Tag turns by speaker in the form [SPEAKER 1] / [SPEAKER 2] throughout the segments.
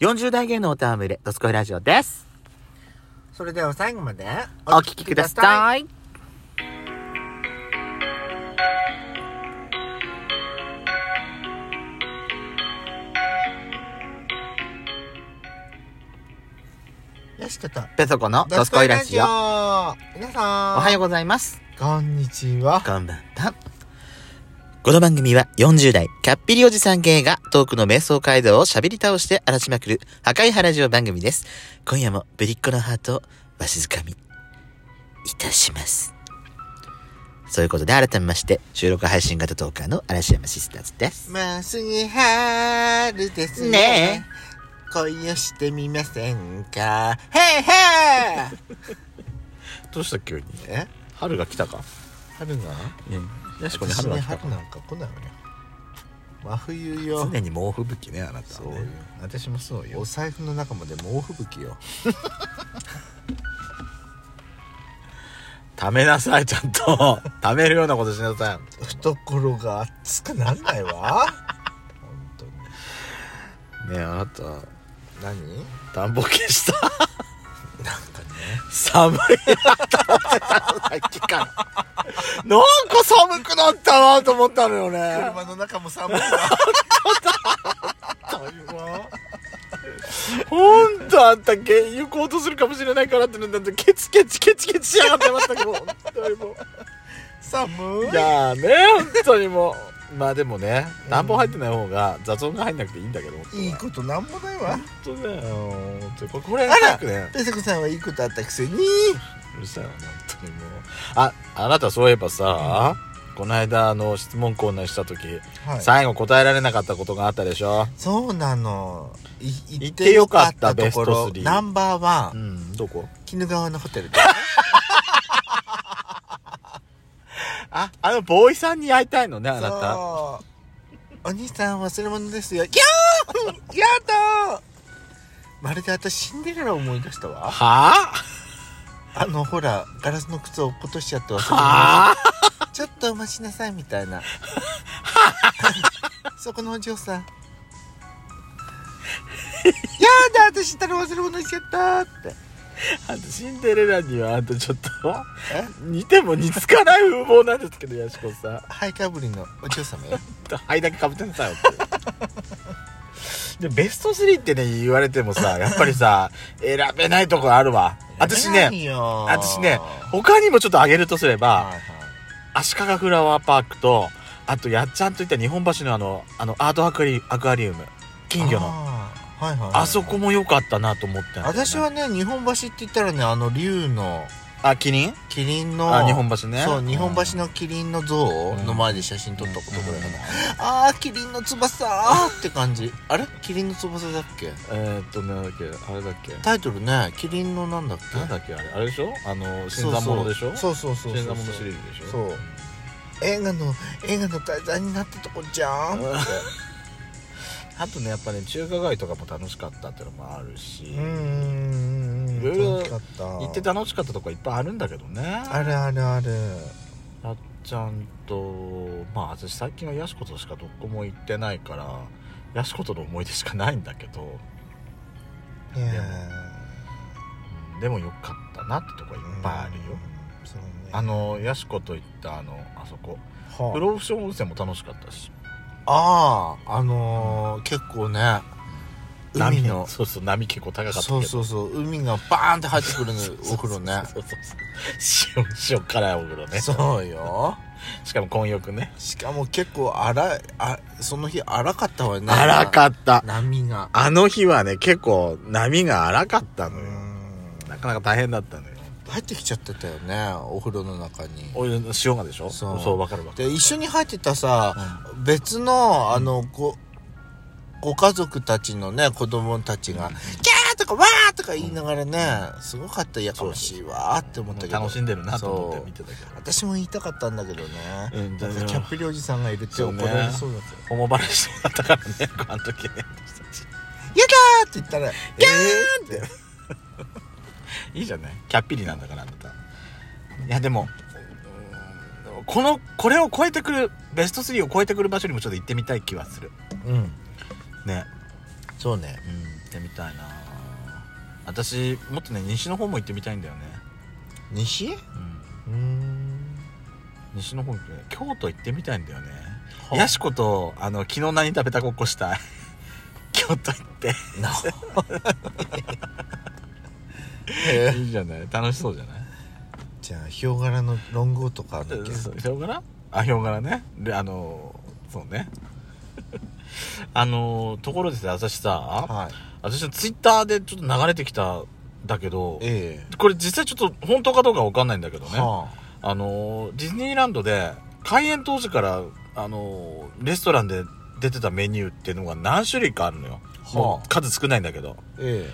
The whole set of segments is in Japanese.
[SPEAKER 1] 40代芸能おたむれ、ドスコイラジオです。
[SPEAKER 2] それでは最後まで
[SPEAKER 1] お聞きください。
[SPEAKER 2] い。よしこと。
[SPEAKER 1] ペソコのドスコイラジオ。お
[SPEAKER 2] 皆さん。
[SPEAKER 1] はよう
[SPEAKER 2] う。
[SPEAKER 1] ございます。
[SPEAKER 2] こんにちは。
[SPEAKER 1] こんばんは。この番組は40代、キャッピリおじさん系がトークの瞑想街道を喋り倒して荒らしまくる破壊派ラジオ番組です。今夜もぶりっ子のハートをわしづかみいたします。そういうことで改めまして収録配信型トーカーの嵐山シスターズです。
[SPEAKER 2] もうすぐ春ですね。
[SPEAKER 1] ね
[SPEAKER 2] 恋をしてみませんか。へいへ
[SPEAKER 3] どうした急に
[SPEAKER 2] い え
[SPEAKER 3] 春が来たか
[SPEAKER 2] 春が
[SPEAKER 3] やしこに春が来た
[SPEAKER 2] 私
[SPEAKER 3] か
[SPEAKER 2] に春なんか来ないわよ。真冬よ。
[SPEAKER 3] 常に猛吹雪ねあなた
[SPEAKER 2] そ
[SPEAKER 3] は
[SPEAKER 2] うよ
[SPEAKER 3] ね。私もそう
[SPEAKER 2] お財布の中まで猛吹雪よ。
[SPEAKER 3] 貯めなさいちゃんと貯めるようなことしなさい
[SPEAKER 2] 懐が熱くなんないわ。本当に。
[SPEAKER 3] ねえあなた
[SPEAKER 2] 何
[SPEAKER 3] 暖房消した
[SPEAKER 2] なんかね。
[SPEAKER 3] 寒いなと思ってたのさっきからなんか寒くなったなと思ったのよね
[SPEAKER 2] 車の中も寒いわ。
[SPEAKER 3] ほんとあんた原油高騰するかもしれないからってのにだってケチケチケチケチしやがってましたけど本当にも
[SPEAKER 2] 寒
[SPEAKER 3] う
[SPEAKER 2] い
[SPEAKER 3] いやーね本当にもうまあでもね暖房入ってない方が雑音が入んなくていいんだけど
[SPEAKER 2] いいことなんもないわ
[SPEAKER 3] 本当だよ本当にこれこれ
[SPEAKER 2] あら
[SPEAKER 3] 早くね
[SPEAKER 2] ペセコさんはいいことあったくせに
[SPEAKER 3] うるさいわ本当にもうああなたそういえばさ、この間あの質問コーナーした時、
[SPEAKER 2] はい
[SPEAKER 3] 最後答えられなかったことがあったでしょ
[SPEAKER 2] そうなのい
[SPEAKER 3] 行ってよかった
[SPEAKER 2] 行ってよ
[SPEAKER 3] ベスト3
[SPEAKER 2] ナンバーワ
[SPEAKER 3] う
[SPEAKER 2] ン
[SPEAKER 3] んどこ
[SPEAKER 2] 鬼怒川のホテルで
[SPEAKER 3] ああのボーイさんに会いたいのねあなた
[SPEAKER 2] そうお兄さん忘れ物ですよギャーンやだーまるで私シンデレラを思い出したわ
[SPEAKER 3] は
[SPEAKER 2] あのほらガラスの靴を落っことしちゃって忘れ
[SPEAKER 3] あ
[SPEAKER 2] 物
[SPEAKER 3] はあ
[SPEAKER 2] ちょっとお待ちなさいみたい なそこのお嬢さんやだ私ったら忘れ物しちゃったって
[SPEAKER 3] あんたシンデレラにはあんたちょっと
[SPEAKER 2] え
[SPEAKER 3] 似ても似つかない風貌なんですけどやしこさ
[SPEAKER 2] 灰かぶりのお嬢様よ
[SPEAKER 3] ん灰だけかぶってなさいよってでベスト3ってね言われてもさやっぱりさ選べないとこあるわ 私ね
[SPEAKER 2] 何よ
[SPEAKER 3] 私ね他にもちょっと挙げるとすれば
[SPEAKER 2] はい
[SPEAKER 3] 足利フラワーパークとあとやっちゃんといった日本橋のあのあのアートアクリアクアリウム金魚の
[SPEAKER 2] あーはいはいはい
[SPEAKER 3] あそこも良かったなと思って、
[SPEAKER 2] 私はね日本橋って言ったらねあの竜の
[SPEAKER 3] あキリン
[SPEAKER 2] キリンの
[SPEAKER 3] あ日本橋ね
[SPEAKER 2] そう日本橋のキリンの像
[SPEAKER 3] うん
[SPEAKER 2] の前で写真撮ったことぐらいかな、
[SPEAKER 3] う
[SPEAKER 2] あーキリンの翼ーって感じあれキリンの翼だっけ
[SPEAKER 3] んえーっとねなんだっけあれだっけ
[SPEAKER 2] タイトルねキリンのなんだっけ
[SPEAKER 3] なんだっけあれあれでしょあの新参者でしょ
[SPEAKER 2] そうそうそうそう
[SPEAKER 3] 新
[SPEAKER 2] そう
[SPEAKER 3] 参者シリーズでしょ
[SPEAKER 2] そう映画の映画の題材になったとこじゃん
[SPEAKER 3] うんあとねやっぱね中華街とかも楽しかったっていうのもあるし、
[SPEAKER 2] うんうんうん
[SPEAKER 3] いろいろ
[SPEAKER 2] 楽しかった
[SPEAKER 3] 行って楽しかったとこいっぱいあるんだけどね
[SPEAKER 2] あるあるある
[SPEAKER 3] やっちゃんとまあ私最近はやしことしかどこも行ってないからやしことの思い出しかないんだけど、
[SPEAKER 2] いやー
[SPEAKER 3] でもうんでもよかったなってとこいっぱいあるよ、
[SPEAKER 2] うんそうね
[SPEAKER 3] あのやしこと行ったあのあそこ
[SPEAKER 2] はあ
[SPEAKER 3] 不老不死温泉も楽しかったし
[SPEAKER 2] あああのー、結構ね海の
[SPEAKER 3] そうそう波結構高かったけ
[SPEAKER 2] そ
[SPEAKER 3] ど
[SPEAKER 2] うそうそう海がバーンって入ってくるの
[SPEAKER 3] そうそうそう
[SPEAKER 2] お風呂ね
[SPEAKER 3] そうそうそう塩塩辛いお風呂ね
[SPEAKER 2] そうよ
[SPEAKER 3] しかも混浴ね
[SPEAKER 2] しかも結構荒いあその日荒かったわね
[SPEAKER 3] 荒かった
[SPEAKER 2] 波が
[SPEAKER 3] あの日はね結構波が荒かったのよ
[SPEAKER 2] うん
[SPEAKER 3] なかなか大変だったのよ
[SPEAKER 2] 入ってきちゃってたよねお風呂の中に
[SPEAKER 3] お湯の塩がでしょ
[SPEAKER 2] そう
[SPEAKER 3] そうわかるわかる
[SPEAKER 2] で一緒に入ってたさ、別のあのごご家族たちのね子供たちが「キャー!」とか「わー!」とか言いながらね、すごかったやかましいわーって思ったけど
[SPEAKER 3] 楽しんでるなと思って見
[SPEAKER 2] そう
[SPEAKER 3] てたけど
[SPEAKER 2] 私も言いたかったんだけどね、
[SPEAKER 3] うん
[SPEAKER 2] だからキャップリおじさんがいるって
[SPEAKER 3] そう
[SPEAKER 2] 怒
[SPEAKER 3] ね
[SPEAKER 2] られそうだったよ
[SPEAKER 3] ホモバレしそうだったからねあの時ね私たち
[SPEAKER 2] 「やだ!」って言ったら「キャー!」って、
[SPEAKER 3] いいじゃないキャッピリなんだからあなたいやでもうんこのこれを超えてくるベスト3を超えてくる場所にもちょっと行ってみたい気はする
[SPEAKER 2] うん
[SPEAKER 3] ね
[SPEAKER 2] そうね
[SPEAKER 3] うんってみたいな私もっとね西の方も行ってみたいんだよね、
[SPEAKER 2] 西う
[SPEAKER 3] うん、
[SPEAKER 2] ーん
[SPEAKER 3] 西の方行ってね京都行ってみたいんだよね
[SPEAKER 2] は
[SPEAKER 3] やしことあの昨日何食べたごっこしたい 京都行って
[SPEAKER 2] な
[SPEAKER 3] いいじゃない楽しそうじゃない
[SPEAKER 2] じゃあヒョウ柄の論語とかあるんだっけ
[SPEAKER 3] ヒョウ柄あヒョウ柄ねであのそうね あのところですね私さ
[SPEAKER 2] はい
[SPEAKER 3] 私のツイッターでちょっと流れてきたんだけど
[SPEAKER 2] え
[SPEAKER 3] これ実際ちょっと本当かどうかわかんないんだけど
[SPEAKER 2] え
[SPEAKER 3] ね、
[SPEAKER 2] は
[SPEAKER 3] あのディズニーランドで開園当時からあのレストランで出てたメニューっていうのが何種類かあるのよ、
[SPEAKER 2] あ
[SPEAKER 3] もう数少ないんだけど
[SPEAKER 2] あえ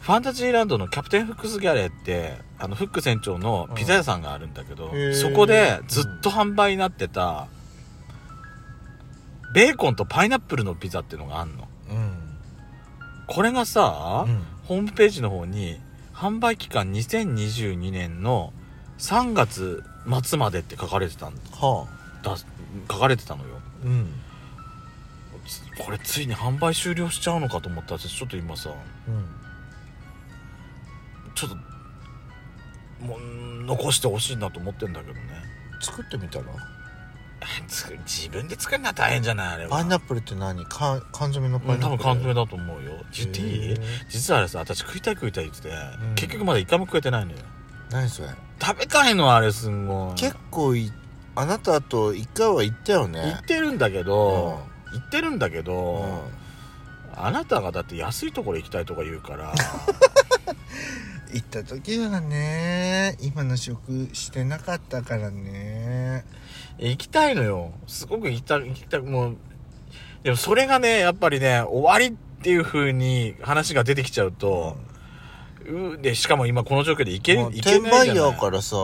[SPEAKER 3] ファンタジーランドのキャプテンフックスギャレーってあのフック船長のピザ屋さんがあるんだけど、
[SPEAKER 2] うんへー
[SPEAKER 3] そこでずっと販売になってたベーコンとパイナップルのピザっていうのがあんの
[SPEAKER 2] えうん
[SPEAKER 3] これがさ、
[SPEAKER 2] うん
[SPEAKER 3] ホームページの方に販売期間2022年の3月末までって書かれてたん
[SPEAKER 2] はあ
[SPEAKER 3] だ書かれてたのよ
[SPEAKER 2] うん
[SPEAKER 3] つこれついに販売終了しちゃうのかと思ったらちょっと今さ
[SPEAKER 2] うん
[SPEAKER 3] ちょっともう残してほしいなと思ってんだけどね
[SPEAKER 2] 作ってみたら
[SPEAKER 3] つく自分で作るのは大変じゃないあれは
[SPEAKER 2] パイナップルって何か缶詰のパ
[SPEAKER 3] う
[SPEAKER 2] イ
[SPEAKER 3] ん
[SPEAKER 2] ナ
[SPEAKER 3] 多
[SPEAKER 2] ップ
[SPEAKER 3] 分
[SPEAKER 2] ル
[SPEAKER 3] 缶詰だと思うよ言ってい
[SPEAKER 2] へ
[SPEAKER 3] い
[SPEAKER 2] ー
[SPEAKER 3] 実はあれさ私食いたい食いたいって言ってて、
[SPEAKER 2] うん
[SPEAKER 3] 結局まだ一回も食えてないのよ
[SPEAKER 2] 何それ
[SPEAKER 3] 食べたいのあれすんごい
[SPEAKER 2] 結構いあなたと一回は行ったよ
[SPEAKER 3] 言
[SPEAKER 2] ね
[SPEAKER 3] ってるんだけど、言ってるんだけ
[SPEAKER 2] う
[SPEAKER 3] ど、
[SPEAKER 2] ん
[SPEAKER 3] あなたがだって安いところ行きたいとか言うから
[SPEAKER 2] 行った時はね今の職してなかったからね
[SPEAKER 3] 行きたいのよすごく行きたい行きたいもうでもそれがねやっぱりね終わりっていう風に話が出てきちゃうと、うでしかも今この状況で行け
[SPEAKER 2] もう
[SPEAKER 3] 行け
[SPEAKER 2] 転
[SPEAKER 3] ないじゃ
[SPEAKER 2] 売
[SPEAKER 3] な
[SPEAKER 2] ヤ
[SPEAKER 3] い
[SPEAKER 2] ーからさ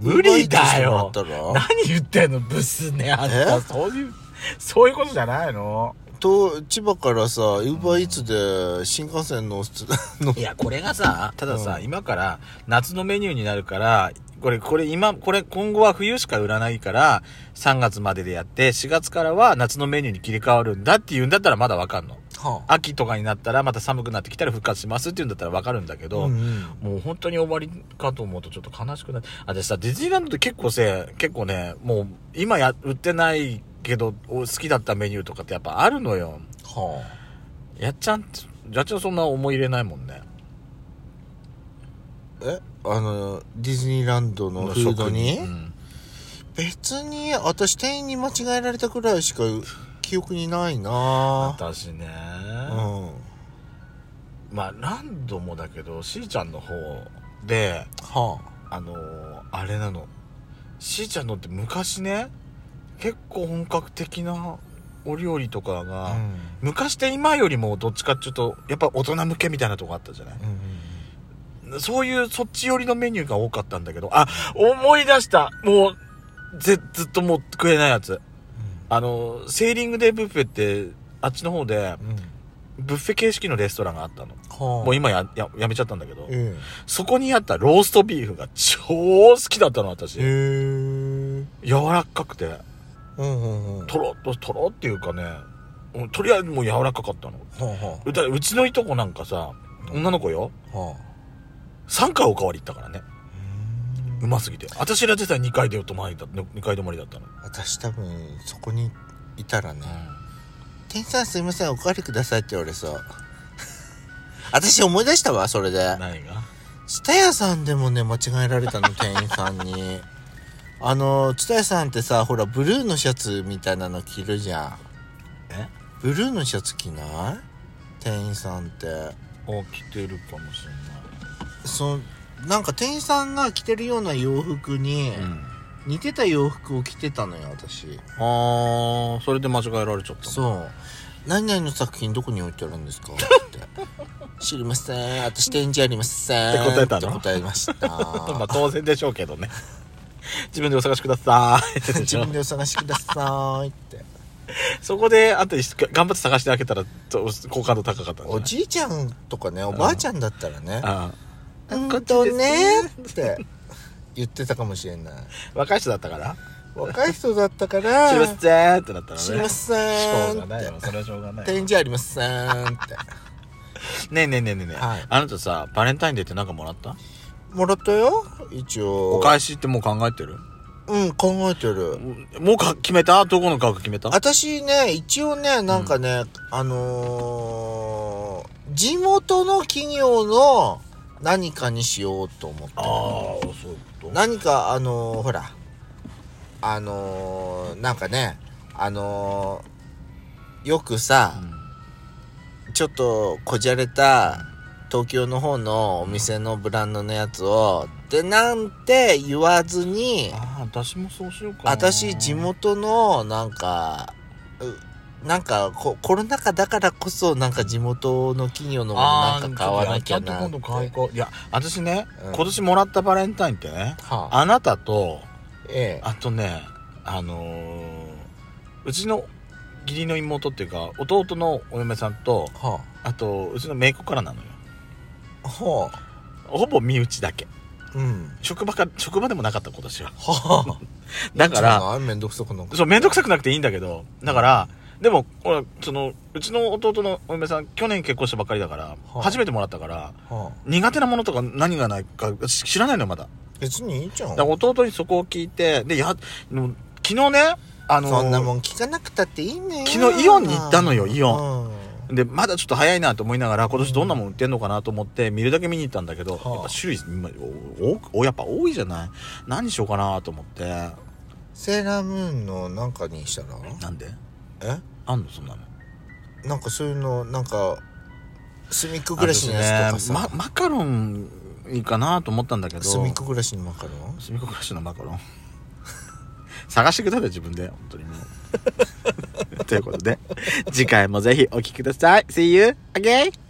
[SPEAKER 3] 無理だ
[SPEAKER 2] Uber
[SPEAKER 3] よ
[SPEAKER 2] Eats してもらったら
[SPEAKER 3] 何言ってんのブスねあんた
[SPEAKER 2] え
[SPEAKER 3] そういうそういうことじゃないの
[SPEAKER 2] と千葉からさ Uber Eats で新幹線乗せ乗
[SPEAKER 3] いやこれがさたださ、
[SPEAKER 2] うん
[SPEAKER 3] 今から夏のメニューになるからこれこれ今これ今後は冬しか売らないから3月まででやって4月からは夏のメニューに切り替わるんだって言うんだったらまだわかんの
[SPEAKER 2] はあ
[SPEAKER 3] 秋とかになったらまた寒くなってきたら復活しますって言うんだったらわかるんだけど、
[SPEAKER 2] うんうん
[SPEAKER 3] もう本当に終わりかと思うとちょっと悲しくなるあでさディズニーランドって結構せ結構ねもう今や売ってないけどお好きだったメニューとかってやっぱあるのよ
[SPEAKER 2] は
[SPEAKER 3] やっちゃんやっちゃんそんな思い入れないもんね
[SPEAKER 2] あえあのディズニーランドのフードに
[SPEAKER 3] うん
[SPEAKER 2] 別に私店員に間違えられたくらいしか記憶にないな
[SPEAKER 3] 私ね、
[SPEAKER 2] うんは
[SPEAKER 3] まあ何度もだけどしーちゃんの方で
[SPEAKER 2] あ
[SPEAKER 3] あのーあれなのしーちゃんのって昔ね結構本格的なお料理とかが、
[SPEAKER 2] うん
[SPEAKER 3] 昔って今よりもどっちかっていうとやっぱ大人向けみたいなとこあったじゃない
[SPEAKER 2] うんうん
[SPEAKER 3] そういうそっち寄りのメニューが多かったんだけどあ思い出したもうぜずっともう食えないやつあのセーリングデーブッフェってあっちの方で
[SPEAKER 2] うんうん
[SPEAKER 3] ブッフェ形式のレストランがあったの
[SPEAKER 2] はあ
[SPEAKER 3] もう今やややめちゃったんだけど
[SPEAKER 2] え
[SPEAKER 3] そこにあったローストビーフが超好きだったの私
[SPEAKER 2] えへえ
[SPEAKER 3] 柔らかくて
[SPEAKER 2] うんうんうん
[SPEAKER 3] とろっととろっていうかねうんとりあえずもう柔らかかったの
[SPEAKER 2] は
[SPEAKER 3] うだうちのいとこなんかさ女の子よ
[SPEAKER 2] あはあは
[SPEAKER 3] 3回おかわり行ったからね
[SPEAKER 2] あ
[SPEAKER 3] うますぎて私ら自体2回で泊まりだ2回泊まりだったの、
[SPEAKER 2] 私多分そこにいたらね「店員さんすいませんおかわりください」って言われそう私思い出したわそれで
[SPEAKER 3] 何が
[SPEAKER 2] 蔦屋さんでもね間違えられたの店員さんにあの蔦屋さんってさほらブルーのシャツみたいなの着るじゃん
[SPEAKER 3] え
[SPEAKER 2] ブルーのシャツ着ない店員さんって
[SPEAKER 3] あ来てるかもし
[SPEAKER 2] そのなんか店員さんが着てるような洋服に
[SPEAKER 3] れない、
[SPEAKER 2] 似てた洋服を着てたのよ私
[SPEAKER 3] ああそれで間違えられちゃったう
[SPEAKER 2] そう「何々の作品どこに置いてあるんですか?」 って「知りません私展示ありません」
[SPEAKER 3] って答えたの
[SPEAKER 2] って答えました
[SPEAKER 3] まあ当然でしょうけどね 自分でお探しください
[SPEAKER 2] 自分でお探しください って
[SPEAKER 3] そこであと一緒頑張って探してあげたらと好感度高かったんじゃない
[SPEAKER 2] おじいちゃんとかねおばあちゃんだったらね
[SPEAKER 3] あ
[SPEAKER 2] 「
[SPEAKER 3] あ
[SPEAKER 2] うんとね」って言ってたかもしれない
[SPEAKER 3] 若い人だったから
[SPEAKER 2] 若い人だったから
[SPEAKER 3] 知りませんってなったらね
[SPEAKER 2] 知りま
[SPEAKER 3] しょ
[SPEAKER 2] せ」
[SPEAKER 3] うんが
[SPEAKER 2] っ
[SPEAKER 3] ない
[SPEAKER 2] て
[SPEAKER 3] わそれはしょうがないわ
[SPEAKER 2] 展示ありませんって
[SPEAKER 3] ねえねえねえねえねえ、
[SPEAKER 2] はい
[SPEAKER 3] あなたさバレンタインデーってなんかもらった
[SPEAKER 2] もらったよ一応
[SPEAKER 3] お返しってもう考えてる
[SPEAKER 2] うん考えてる
[SPEAKER 3] もうか決めたどこの額決めた
[SPEAKER 2] 私ね一応ねなんかね、あのー地元の企業の何かにしようと思ってる
[SPEAKER 3] そういうこ
[SPEAKER 2] 何かあのーほらあのーなんかねあのーよくさ、ちょっとこじゃれた東京の方のお店のブランドのやつをでなんて言わずに
[SPEAKER 3] ああ私もそうしようかな
[SPEAKER 2] 私地元のなんかうなんかこコロナ禍だからこそなんか地元の企業のもの
[SPEAKER 3] あ
[SPEAKER 2] な
[SPEAKER 3] ー
[SPEAKER 2] んか買わなきゃな
[SPEAKER 3] ちょっと今度買いに行こういや私ね、
[SPEAKER 2] うん
[SPEAKER 3] 今年もらったバレンタインってね
[SPEAKER 2] はあ
[SPEAKER 3] あなたと
[SPEAKER 2] ええ
[SPEAKER 3] あとねあのーうちの義理の妹っていうか弟のお嫁さんと
[SPEAKER 2] は
[SPEAKER 3] あとうちの姪っ子からなのよ
[SPEAKER 2] あはあ
[SPEAKER 3] ほぼ身内だけ
[SPEAKER 2] うん
[SPEAKER 3] 職場か職場でもなかった今年は
[SPEAKER 2] はあ
[SPEAKER 3] だから
[SPEAKER 2] ら面倒くさくなんか
[SPEAKER 3] そう面倒くさくなくていいんだけどだからでもほらそのうちの弟のお嫁さん去年結婚したばっかりだから、
[SPEAKER 2] はあ
[SPEAKER 3] 初めてもらったから
[SPEAKER 2] はあ
[SPEAKER 3] 苦手なものとか何がないかし知らないのよまだ
[SPEAKER 2] 別にいいじゃん
[SPEAKER 3] だから弟にそこを聞いてでやでも昨日ねあのー
[SPEAKER 2] そんなもん聞かなくたっていいね
[SPEAKER 3] 昨日イオンに行ったのよイオ
[SPEAKER 2] ン、
[SPEAKER 3] でまだちょっと早いなと思いながら今年どんなもん売ってんのかなと思って見るだけ見に行ったんだけど、
[SPEAKER 2] はあ
[SPEAKER 3] やっぱ種類今おおおやっぱ多いじゃない何しようかなと思って
[SPEAKER 2] セーラームーンのなんかにしたら
[SPEAKER 3] なんで
[SPEAKER 2] え
[SPEAKER 3] あんのそんなの
[SPEAKER 2] なんかそういうのなんかスミック暮らしのやつとか
[SPEAKER 3] あ
[SPEAKER 2] さ、
[SPEAKER 3] とねまマカロンいいかなと思ったんだけど
[SPEAKER 2] スミック暮らしのマカロン
[SPEAKER 3] すみこ暮らしのマカロン 探してください自分で本当にも うということで次回もぜひお聴きください See you again!